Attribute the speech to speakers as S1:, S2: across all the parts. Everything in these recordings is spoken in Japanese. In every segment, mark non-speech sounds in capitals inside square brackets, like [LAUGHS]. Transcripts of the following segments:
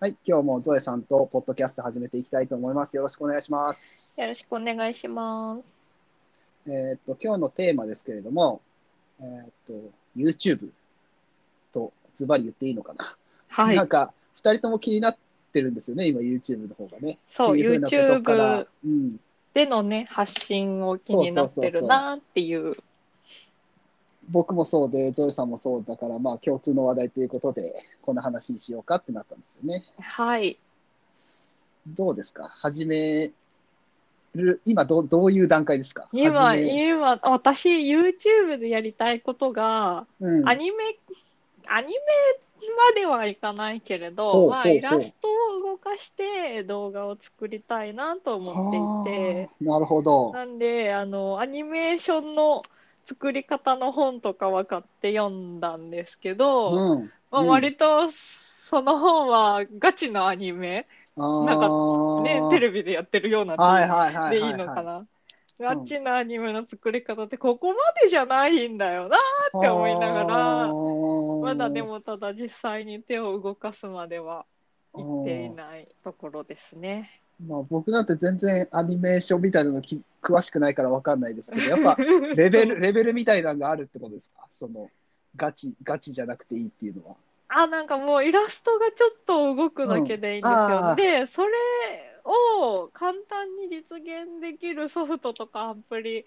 S1: はい、今日もゾエさんとポッドキャスト始めていきたいと思います。よろしくお願いします。
S2: よろしくお願いします。
S1: えーっと、今日のテーマですけれども、えーっと、YouTube とズバリ言っていいのかな。
S2: はい
S1: なん。か、二人とも気になってるんですよね、今 YouTube の方がね。
S2: そう、
S1: っていうふなことから
S2: YouTube
S1: うん。
S2: でのね、発信を気になってるなっていう。
S1: 僕もそうで、ゾエさんもそうだから、まあ共通の話題ということで、こんな話にしようかってなったんですよね。
S2: はい。
S1: どうですか始める、今どう、どういう段階ですか
S2: 今、
S1: 始め
S2: 今、私、YouTube でやりたいことが、
S1: うん、
S2: アニメ、アニメまではいかないけれ
S1: ほう
S2: ど、
S1: ほう
S2: まあ、
S1: ほう
S2: イラストを動かして動画を作りたいなと思っていて
S1: は、あなるほど。
S2: なんで、あの、アニメーションの作り方の本とかは買って読んだんですけど、
S1: うん。
S2: まあ、
S1: うん
S2: 割とその本はガチのアニメ、なんかね、テ
S1: ビ
S2: レビでやってるような
S1: はいはいはい
S2: でい
S1: はいい
S2: のか
S1: は
S2: な。ガチなアニメの作り方ってここまでじゃないんだよな。
S1: い
S2: って思いながら
S1: あー
S2: まだでもただ実際に手を動かすまでは行っていないところですね。
S1: まあ、僕なんて全然アニメーションみたいなのき詳しくないからわかんないですけどやっ
S2: [LAUGHS]
S1: ぱレベルレベルみたいなのがあるってことですかそのガチガチじゃなくていいっていうのは
S2: あ、なんかもうイラストがちょっと動くだけでいいん
S1: うん
S2: です
S1: あ
S2: よ。
S1: ー
S2: で、それを簡単に実現できるソフトとかアプリ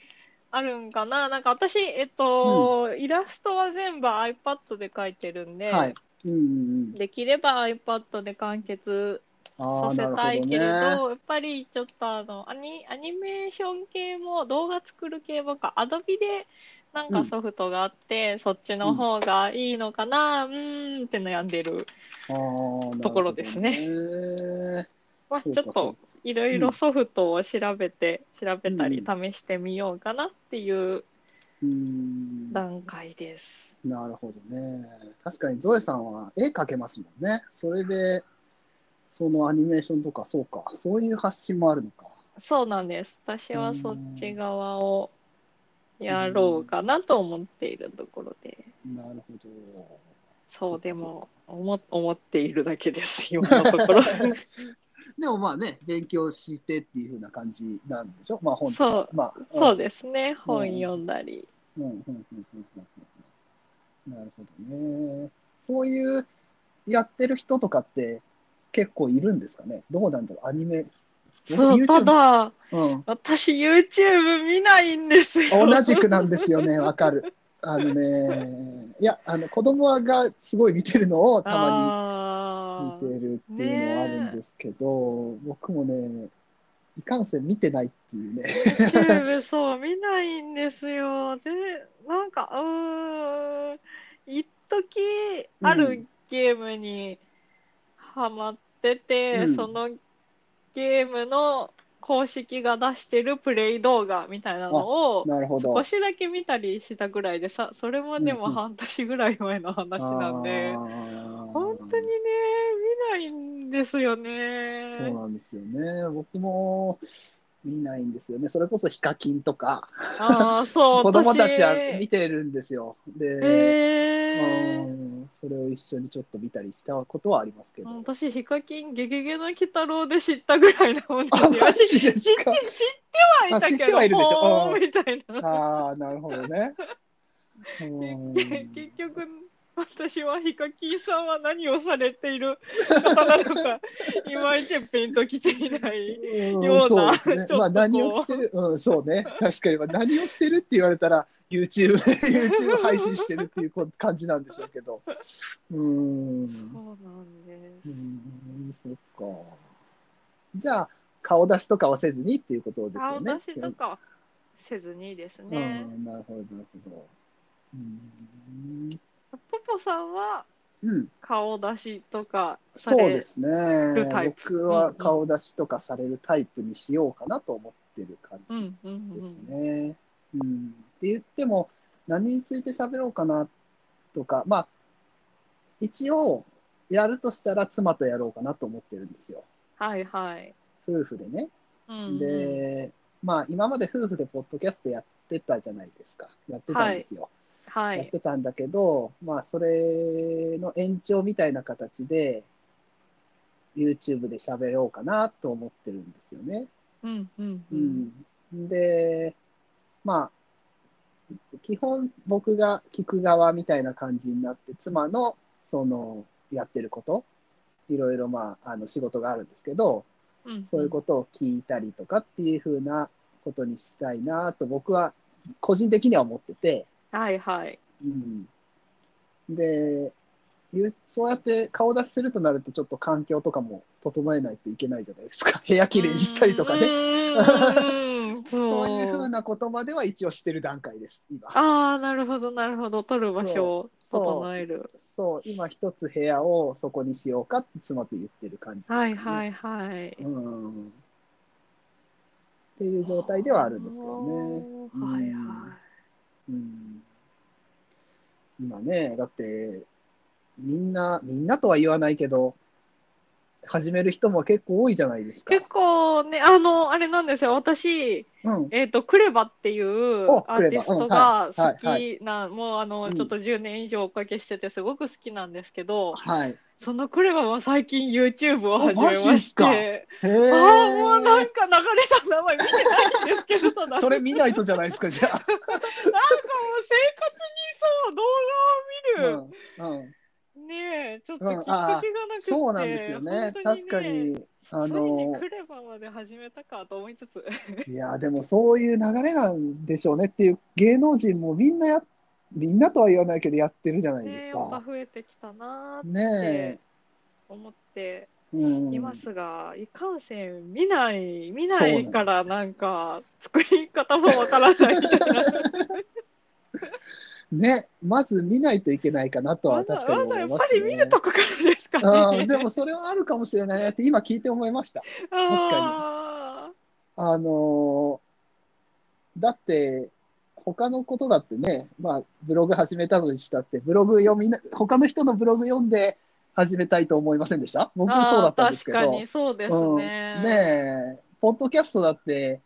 S2: あるんかななんか私、えっと、イラストは全部 iPad で描いてるんで、
S1: はいうんうんうん
S2: できれば iPad で完結
S1: あ
S2: さ
S1: あ
S2: せ
S1: なる
S2: たい
S1: ほど
S2: け
S1: ね
S2: れど、やっぱりちょっとあのアニ、アニメーション系も動画作る系もか、アドビでなん
S1: う
S2: か
S1: ん
S2: ソフトがあって、そっちの方がいいのかな、うーんって悩んでる。
S1: あーなるほどね
S2: ところですねまあ、
S1: そう
S2: ち
S1: か
S2: ょ
S1: そ
S2: っ
S1: う
S2: と
S1: か
S2: いろいろソフトを調べて、調べた
S1: う
S2: り
S1: ん
S2: 試してみようかなっていう
S1: うんな
S2: 段階です。
S1: るほどね確かにゾエさんは絵描けますもんねそれでそのアニメーションとかそうかそういう発信もあるのか
S2: そうなんです。私はそっち側をやろうかなと思っているところで、
S1: なるほど。
S2: そうで
S1: そうか
S2: も思思っているだ
S1: [LAUGHS]
S2: けです、今のところ。
S1: でもまあね、勉強してっていう風な感じなんでしょまあ本と
S2: そう、
S1: まあ、
S2: そう
S1: う
S2: ですね。本読んだり。
S1: ん。うん、うん、うん、うんうんうん。なるほどね。そういうやってる人とかって結構いるんですかねどうなんだろうアニメ。
S2: そう、ただ、
S1: うん。
S2: 私 YouTube 見ないんですよ。
S1: 同じくなんですよね、わかる。あのね、いや、あの子供がすごい見てるのをたまに
S2: あ
S1: 見てるっていうのはあるんですけど、僕もね、いかんせん見てないっていうね。
S2: [LAUGHS]
S1: [LAUGHS]
S2: YouTube そう見ないんですよ。で、なんか、うーん、一時あるゲームにハマってて、
S1: うん
S2: そのゲームの公式が出してるプレイ動画みたいなのを
S1: なるほど。
S2: 少しだけ見たりしたぐらいでさ、それもで
S1: うん
S2: も
S1: うん
S2: 半年ぐらい前の話なんで、
S1: あー
S2: 本当にね、見ないんですよね。
S1: そうなんですよね。僕も見ないんですよね。それこそヒカキンとか、
S2: ああ、そう、
S1: 子供たちは
S2: 私
S1: 見てるんですよ。で、
S2: え
S1: う
S2: ー
S1: んそれを一緒にちょっと見たりしたことはありますけど。
S2: 私、ヒカキン、ゲゲゲの鬼太郎で知ったぐらいなもんです
S1: あ、
S2: よ。
S1: マジです
S2: 知って
S1: か。
S2: 知ってはいたけ
S1: あ知
S2: ど、
S1: ってはいるでしょ
S2: ほー
S1: うん
S2: みたい [LAUGHS] な。
S1: ああ、なるほどね。うん
S2: で [LAUGHS] 結局、私はヒカキンさんは何をされている方な
S1: [LAUGHS]
S2: のか、いまいちピンときていない。
S1: うん
S2: ような
S1: そうです
S2: ち
S1: ね。
S2: ょっとこう
S1: まあ何をしてる、うん、そうね。確かに、まあ、何をしてるって言われたら、YouTube、YouTube
S2: [LAUGHS]
S1: 配信してるっていうこ感じなんでしょうけど。うー
S2: そ
S1: ん。
S2: うなんで
S1: うー
S2: す。
S1: ん、そっか。じゃあ、顔出しとかはせずにっていうことですよ
S2: 顔出
S1: ね。
S2: しとかせずにです
S1: う
S2: ね。
S1: ん、なるほど、なるほど。うーん。
S2: ポポさんは
S1: うん、
S2: 顔出しとかさ
S1: そう
S2: れ
S1: ですね
S2: るタイ。プ
S1: 僕は顔出しとかされるタイプにしようかなと思ってる感
S2: う
S1: じ
S2: んうんうん
S1: ですね。うん、って言っても何について喋ろうかなとかまあ一応やるとしたら妻とやろうかなと思ってるんですよ
S2: はいはい。
S1: 夫婦でね。
S2: うんうん
S1: でまあ今まで夫婦でポッドキャストやってたじゃないですかやってたんですよ、
S2: は
S1: やっ
S2: い。
S1: てたんだけどまあそれの延長みたいな形で YouTube で喋ろうかなと思ってるんですよね。
S2: うんうんう
S1: うんん、で、まあ、基本僕が聞く側みたいな感じになって、妻のそのやってること、いろいろまあ、あの仕事があるんですけど、
S2: うん
S1: そういうことを聞いたりとかっていうふうなことにしたいなと僕は個人的には思ってて、
S2: はいはい
S1: うん、で、ゆそうやって顔出しするとなると、ちょっと環境とかも整えないといけないじゃないですか。部 [LAUGHS] 屋きれいにしたりとかね。
S2: ね
S1: [LAUGHS] そ
S2: そうう
S1: いうふう
S2: な
S1: なことまでは一応してる段階です、今。
S2: ああなるほどなるほど撮る場所を整える
S1: そう、今一つ部屋をそこにしようかって妻と言ってる感じです、。
S2: はいはいいはい
S1: うん。っていう状態ではあるんですけどね。
S2: あーはいは
S1: うん。今ね、だって、みんな、みんなとは言わないけど、始める人も結構多いじゃないです
S2: い
S1: か。
S2: 結構ねあのあれなんですよ私
S1: うん。
S2: えっ、と、クレバっていう
S1: お
S2: アーティストが
S1: クレバうんはい
S2: 好
S1: はい
S2: きな、もうあ
S1: う
S2: の、
S1: ん
S2: ちょっと10年以上追っかけしてて、すごく好きなんですけど、
S1: はい。へ
S2: そのクレバも最近 YouTube を始めま
S1: あマジっ
S2: し
S1: すか
S2: て、
S1: え。
S2: ああ、もうなんか流れた名前見てないんですけど、なんかも
S1: [LAUGHS]
S2: う
S1: それ見ないとじゃないですか、じ
S2: [LAUGHS]
S1: ゃあ。
S2: 生活にそう、動画を見る、
S1: うん。うん。
S2: ねえ、ちょっとき
S1: う
S2: っ
S1: ん
S2: かけがなくて、
S1: そうなんですよね。
S2: 本当
S1: 確か
S2: ね、
S1: に、あ
S2: ついに
S1: の、
S2: クレバまで始めたかと思いつつ、
S1: いや、でもそういう流れなんでしょうねっていう、芸能人もみんなや、みんなとは言わないけどやってるじゃないで
S2: ねえ、
S1: す
S2: やっぱ
S1: か。
S2: 増えてきたなーっ
S1: ね
S2: て思って。
S1: え。うん。
S2: いますが、いかんせん見ない、見な
S1: そうなん
S2: い
S1: です
S2: からなんか、作り方も
S1: [LAUGHS]
S2: わからないみたいな。
S1: ね、まず見ないといけないかなと
S2: わ
S1: は
S2: ざ
S1: 確かに
S2: わざ
S1: 思
S2: や
S1: い
S2: っ
S1: ま
S2: ぱ
S1: す
S2: り見る
S1: ね。
S2: とこからですか
S1: う
S2: ね。
S1: ん、でもそれはあるかもしれないなって今聞いて思いました。
S2: あ
S1: あのーだって、他のことだってね、まあ、ブログ始めたのにしたって、ブログ読みな、他の人のブログ読んで始めたいと思いませんでした僕
S2: ー
S1: もそうだ
S2: あー、
S1: ったんです
S2: 確
S1: け
S2: か
S1: ど。
S2: にそうです
S1: うん、
S2: ね。
S1: ねえ、ポッドキャストだって、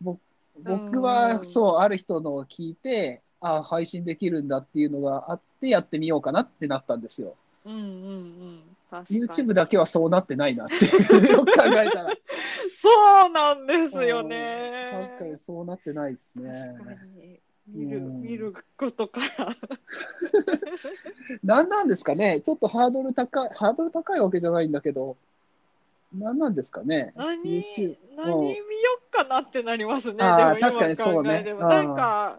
S1: ぼ僕は
S2: うん
S1: そう、ある人のを聞いて、ああ、配信できるんだっていうのがあって、やってみようかなってなったんですよ。
S2: うんうんうん。確かに。
S1: YouTube だけはそうなってないなって、
S2: [LAUGHS]
S1: よく考えたら。
S2: そうなんですよね。
S1: うん確かにそうなってないですね。
S2: 確かに。見る、
S1: うん
S2: 見るこ
S1: [LAUGHS]
S2: とから。
S1: 何なんですかねちょっとハードル高い、ハードル高いわけじゃないんだけど、何なんですかね
S2: 何、
S1: YouTube
S2: 何見よっかなってなりますね。
S1: あー
S2: でも
S1: 確かに
S2: 今考えれば
S1: そうね
S2: なんか、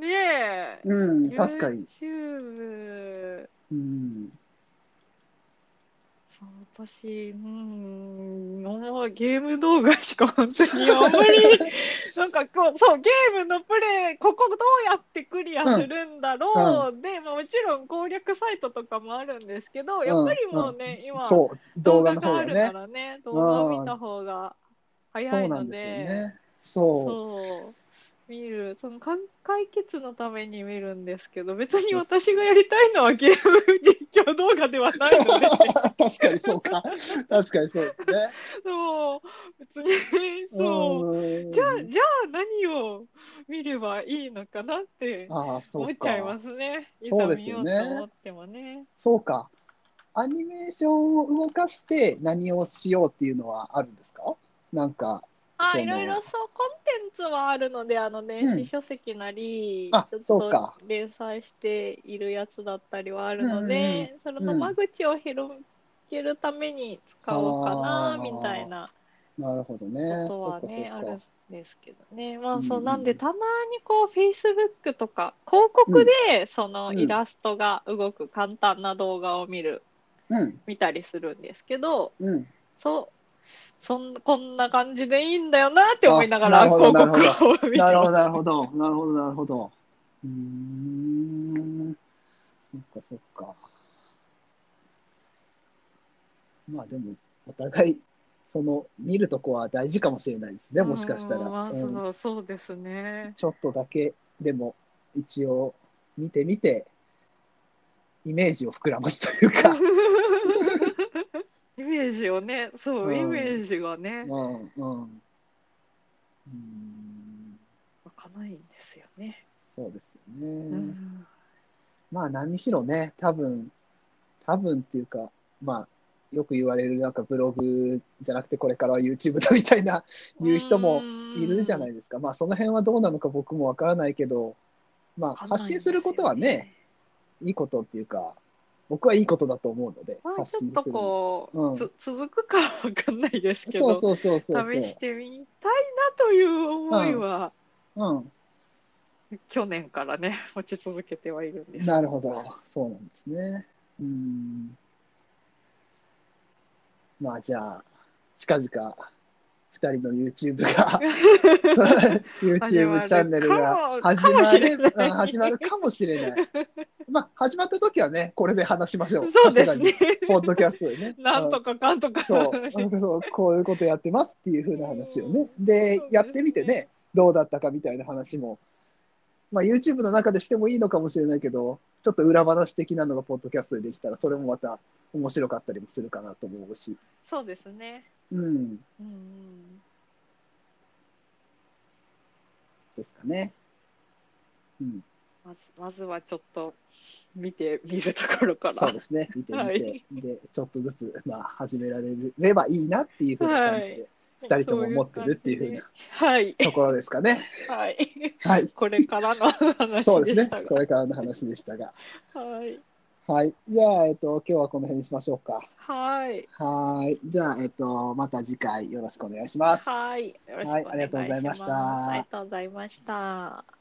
S2: ねえ、
S1: うん、確かに。
S2: YouTube、
S1: うん。
S2: そう、私、うん、もうゲーム動画しか本当にあんまり、なんかこう、そう、ゲームのプレイ、ここどうやってクリアするんだろう、で、まあもちろん攻略サイトとかもあるんですけど、やっぱりもうね、
S1: [LAUGHS]
S2: 今、
S1: そう、動
S2: 動
S1: 画の
S2: 画が
S1: 方
S2: あ
S1: が
S2: るな
S1: ね。
S2: らね、動画を見た方が
S1: そ
S2: 早
S1: う
S2: い
S1: な
S2: の
S1: んですよ
S2: で、
S1: ね。そ
S2: そう、見る、そのかん解決のために見るんですけど、別に私がやりたいのはゲーム実況動画ではな
S1: う。
S2: いの
S1: [LAUGHS]
S2: で、
S1: 確かにそうか。確かにそうですね。
S2: そう、別に、そう、
S1: うん
S2: じゃあ、じゃあ何を見ればいいのかなって
S1: ああ、そ
S2: 思っ
S1: う
S2: ちゃい
S1: か
S2: ま。すね。い
S1: そ
S2: ざ
S1: うです
S2: 見よ
S1: よ
S2: うと
S1: ね
S2: 思ってもね。
S1: そうか。アニメーションを動かして何をしようっていうのはあるんですかなんか、
S2: あ、
S1: その
S2: いろいろそう、コンテンツはあるので、あの、電
S1: うん
S2: 子書籍なり、
S1: あ
S2: ちょっ
S1: そう
S2: と
S1: か
S2: 連載しているやつだったりはある
S1: うん
S2: の
S1: うん
S2: で、それの
S1: うん
S2: 間口を広げるために使おうか
S1: あ
S2: な、
S1: ー
S2: みたいな
S1: なるほど
S2: こ
S1: ね。
S2: とはね、
S1: そっ
S2: あ
S1: かそっか
S2: るんですけどね。ま
S1: う
S2: あ、
S1: ん
S2: そう、
S1: うん
S2: なんで、たまにこう、Facebook とか、広告で、その
S1: うん
S2: イラストが動く簡単な動画を見る、
S1: うん、
S2: 見たりするんですけど、
S1: うん。
S2: そう。そんこんな感じでいいんだよなって思いながら
S1: あなるほど
S2: 広告を見て
S1: なるほど、
S2: ま
S1: なるほど。なるほど、なるほど。うーん。そっか、そっか。まあでも、お互い、その、見るとこは大事かもしれないですね、
S2: す。
S1: もしかしたら。
S2: うんまあ
S1: うん
S2: そうそうですね。
S1: ちょっとだけでも一応見てみて、イメージを膨らますというか、
S2: [LAUGHS] イメージをね、そうう、
S1: ん
S2: イメージがね、
S1: うんうん。うーん、
S2: 湧かないんですよね。
S1: そうですよ
S2: う
S1: ね。
S2: ん
S1: まあ何にしろね、多分、多分っていうか、まあ、よく言われるなんかブログじゃなくてこれからは YouTube だみたいな言う人もいるじゃないいですか。まあその辺はどうなのか僕もわからないけど、まあ発信することはね、いいことっていうか、僕はいいことだと思うので、
S2: まあ、
S1: 発
S2: ちょ
S1: 信
S2: っと
S1: するの。
S2: こう、
S1: うん
S2: つ続くかわかんないですけど
S1: そうそうそうそう
S2: 試してみたいなという思いは、
S1: そう。うん。
S2: 去年からね持ち続けてはいるんです
S1: なるほど。そうなんですね。うん。まあじゃあ、近々、二人の YouTube が、YouTube チャンネルが始
S2: 始
S1: ま
S2: ま
S1: る
S2: る
S1: うん
S2: かもかもしれない
S1: 始まるかもしれない。まあ、始まった時はね、これで話しましょう。
S2: そうですね。
S1: さがにポッドキャストでね
S2: [LAUGHS] なんとかかんとか
S1: うんそう
S2: [LAUGHS]
S1: そうこういうことやってますっていう風な話をね。で
S2: そうですね
S1: やってみてね、どうだったかみたいな話も、まあ、YouTube の中でしてもいいのかもしれないけど、ちょっと裏話的なのがポッドキャストでできたら、それもまた面白かったりもするかなと思うし。
S2: そうですね
S1: うん。
S2: うん
S1: ですかね。うん。
S2: まずまずはちょっと見てみるところから
S1: そうですね、見てみて、
S2: はい
S1: でちょっとずつ、まあ、始められればいいなっていうふうな感じで、二人とも持ってるっていう風な
S2: そういう感じで
S1: ところですかね。
S2: はいはい
S1: はい、
S2: これからの
S1: そうで
S2: 話ですし
S1: ね
S2: た、
S1: こ
S2: が、
S1: れからの話でしたが。
S2: はい
S1: はい、じゃあ、えっと、今日はこの辺にしましょうか。
S2: はい
S1: はい、じゃあ、えっと、また次回よろしくお願いします。
S2: はいよろしくお願いします、
S1: はいありがとうございました
S2: ありがとうございました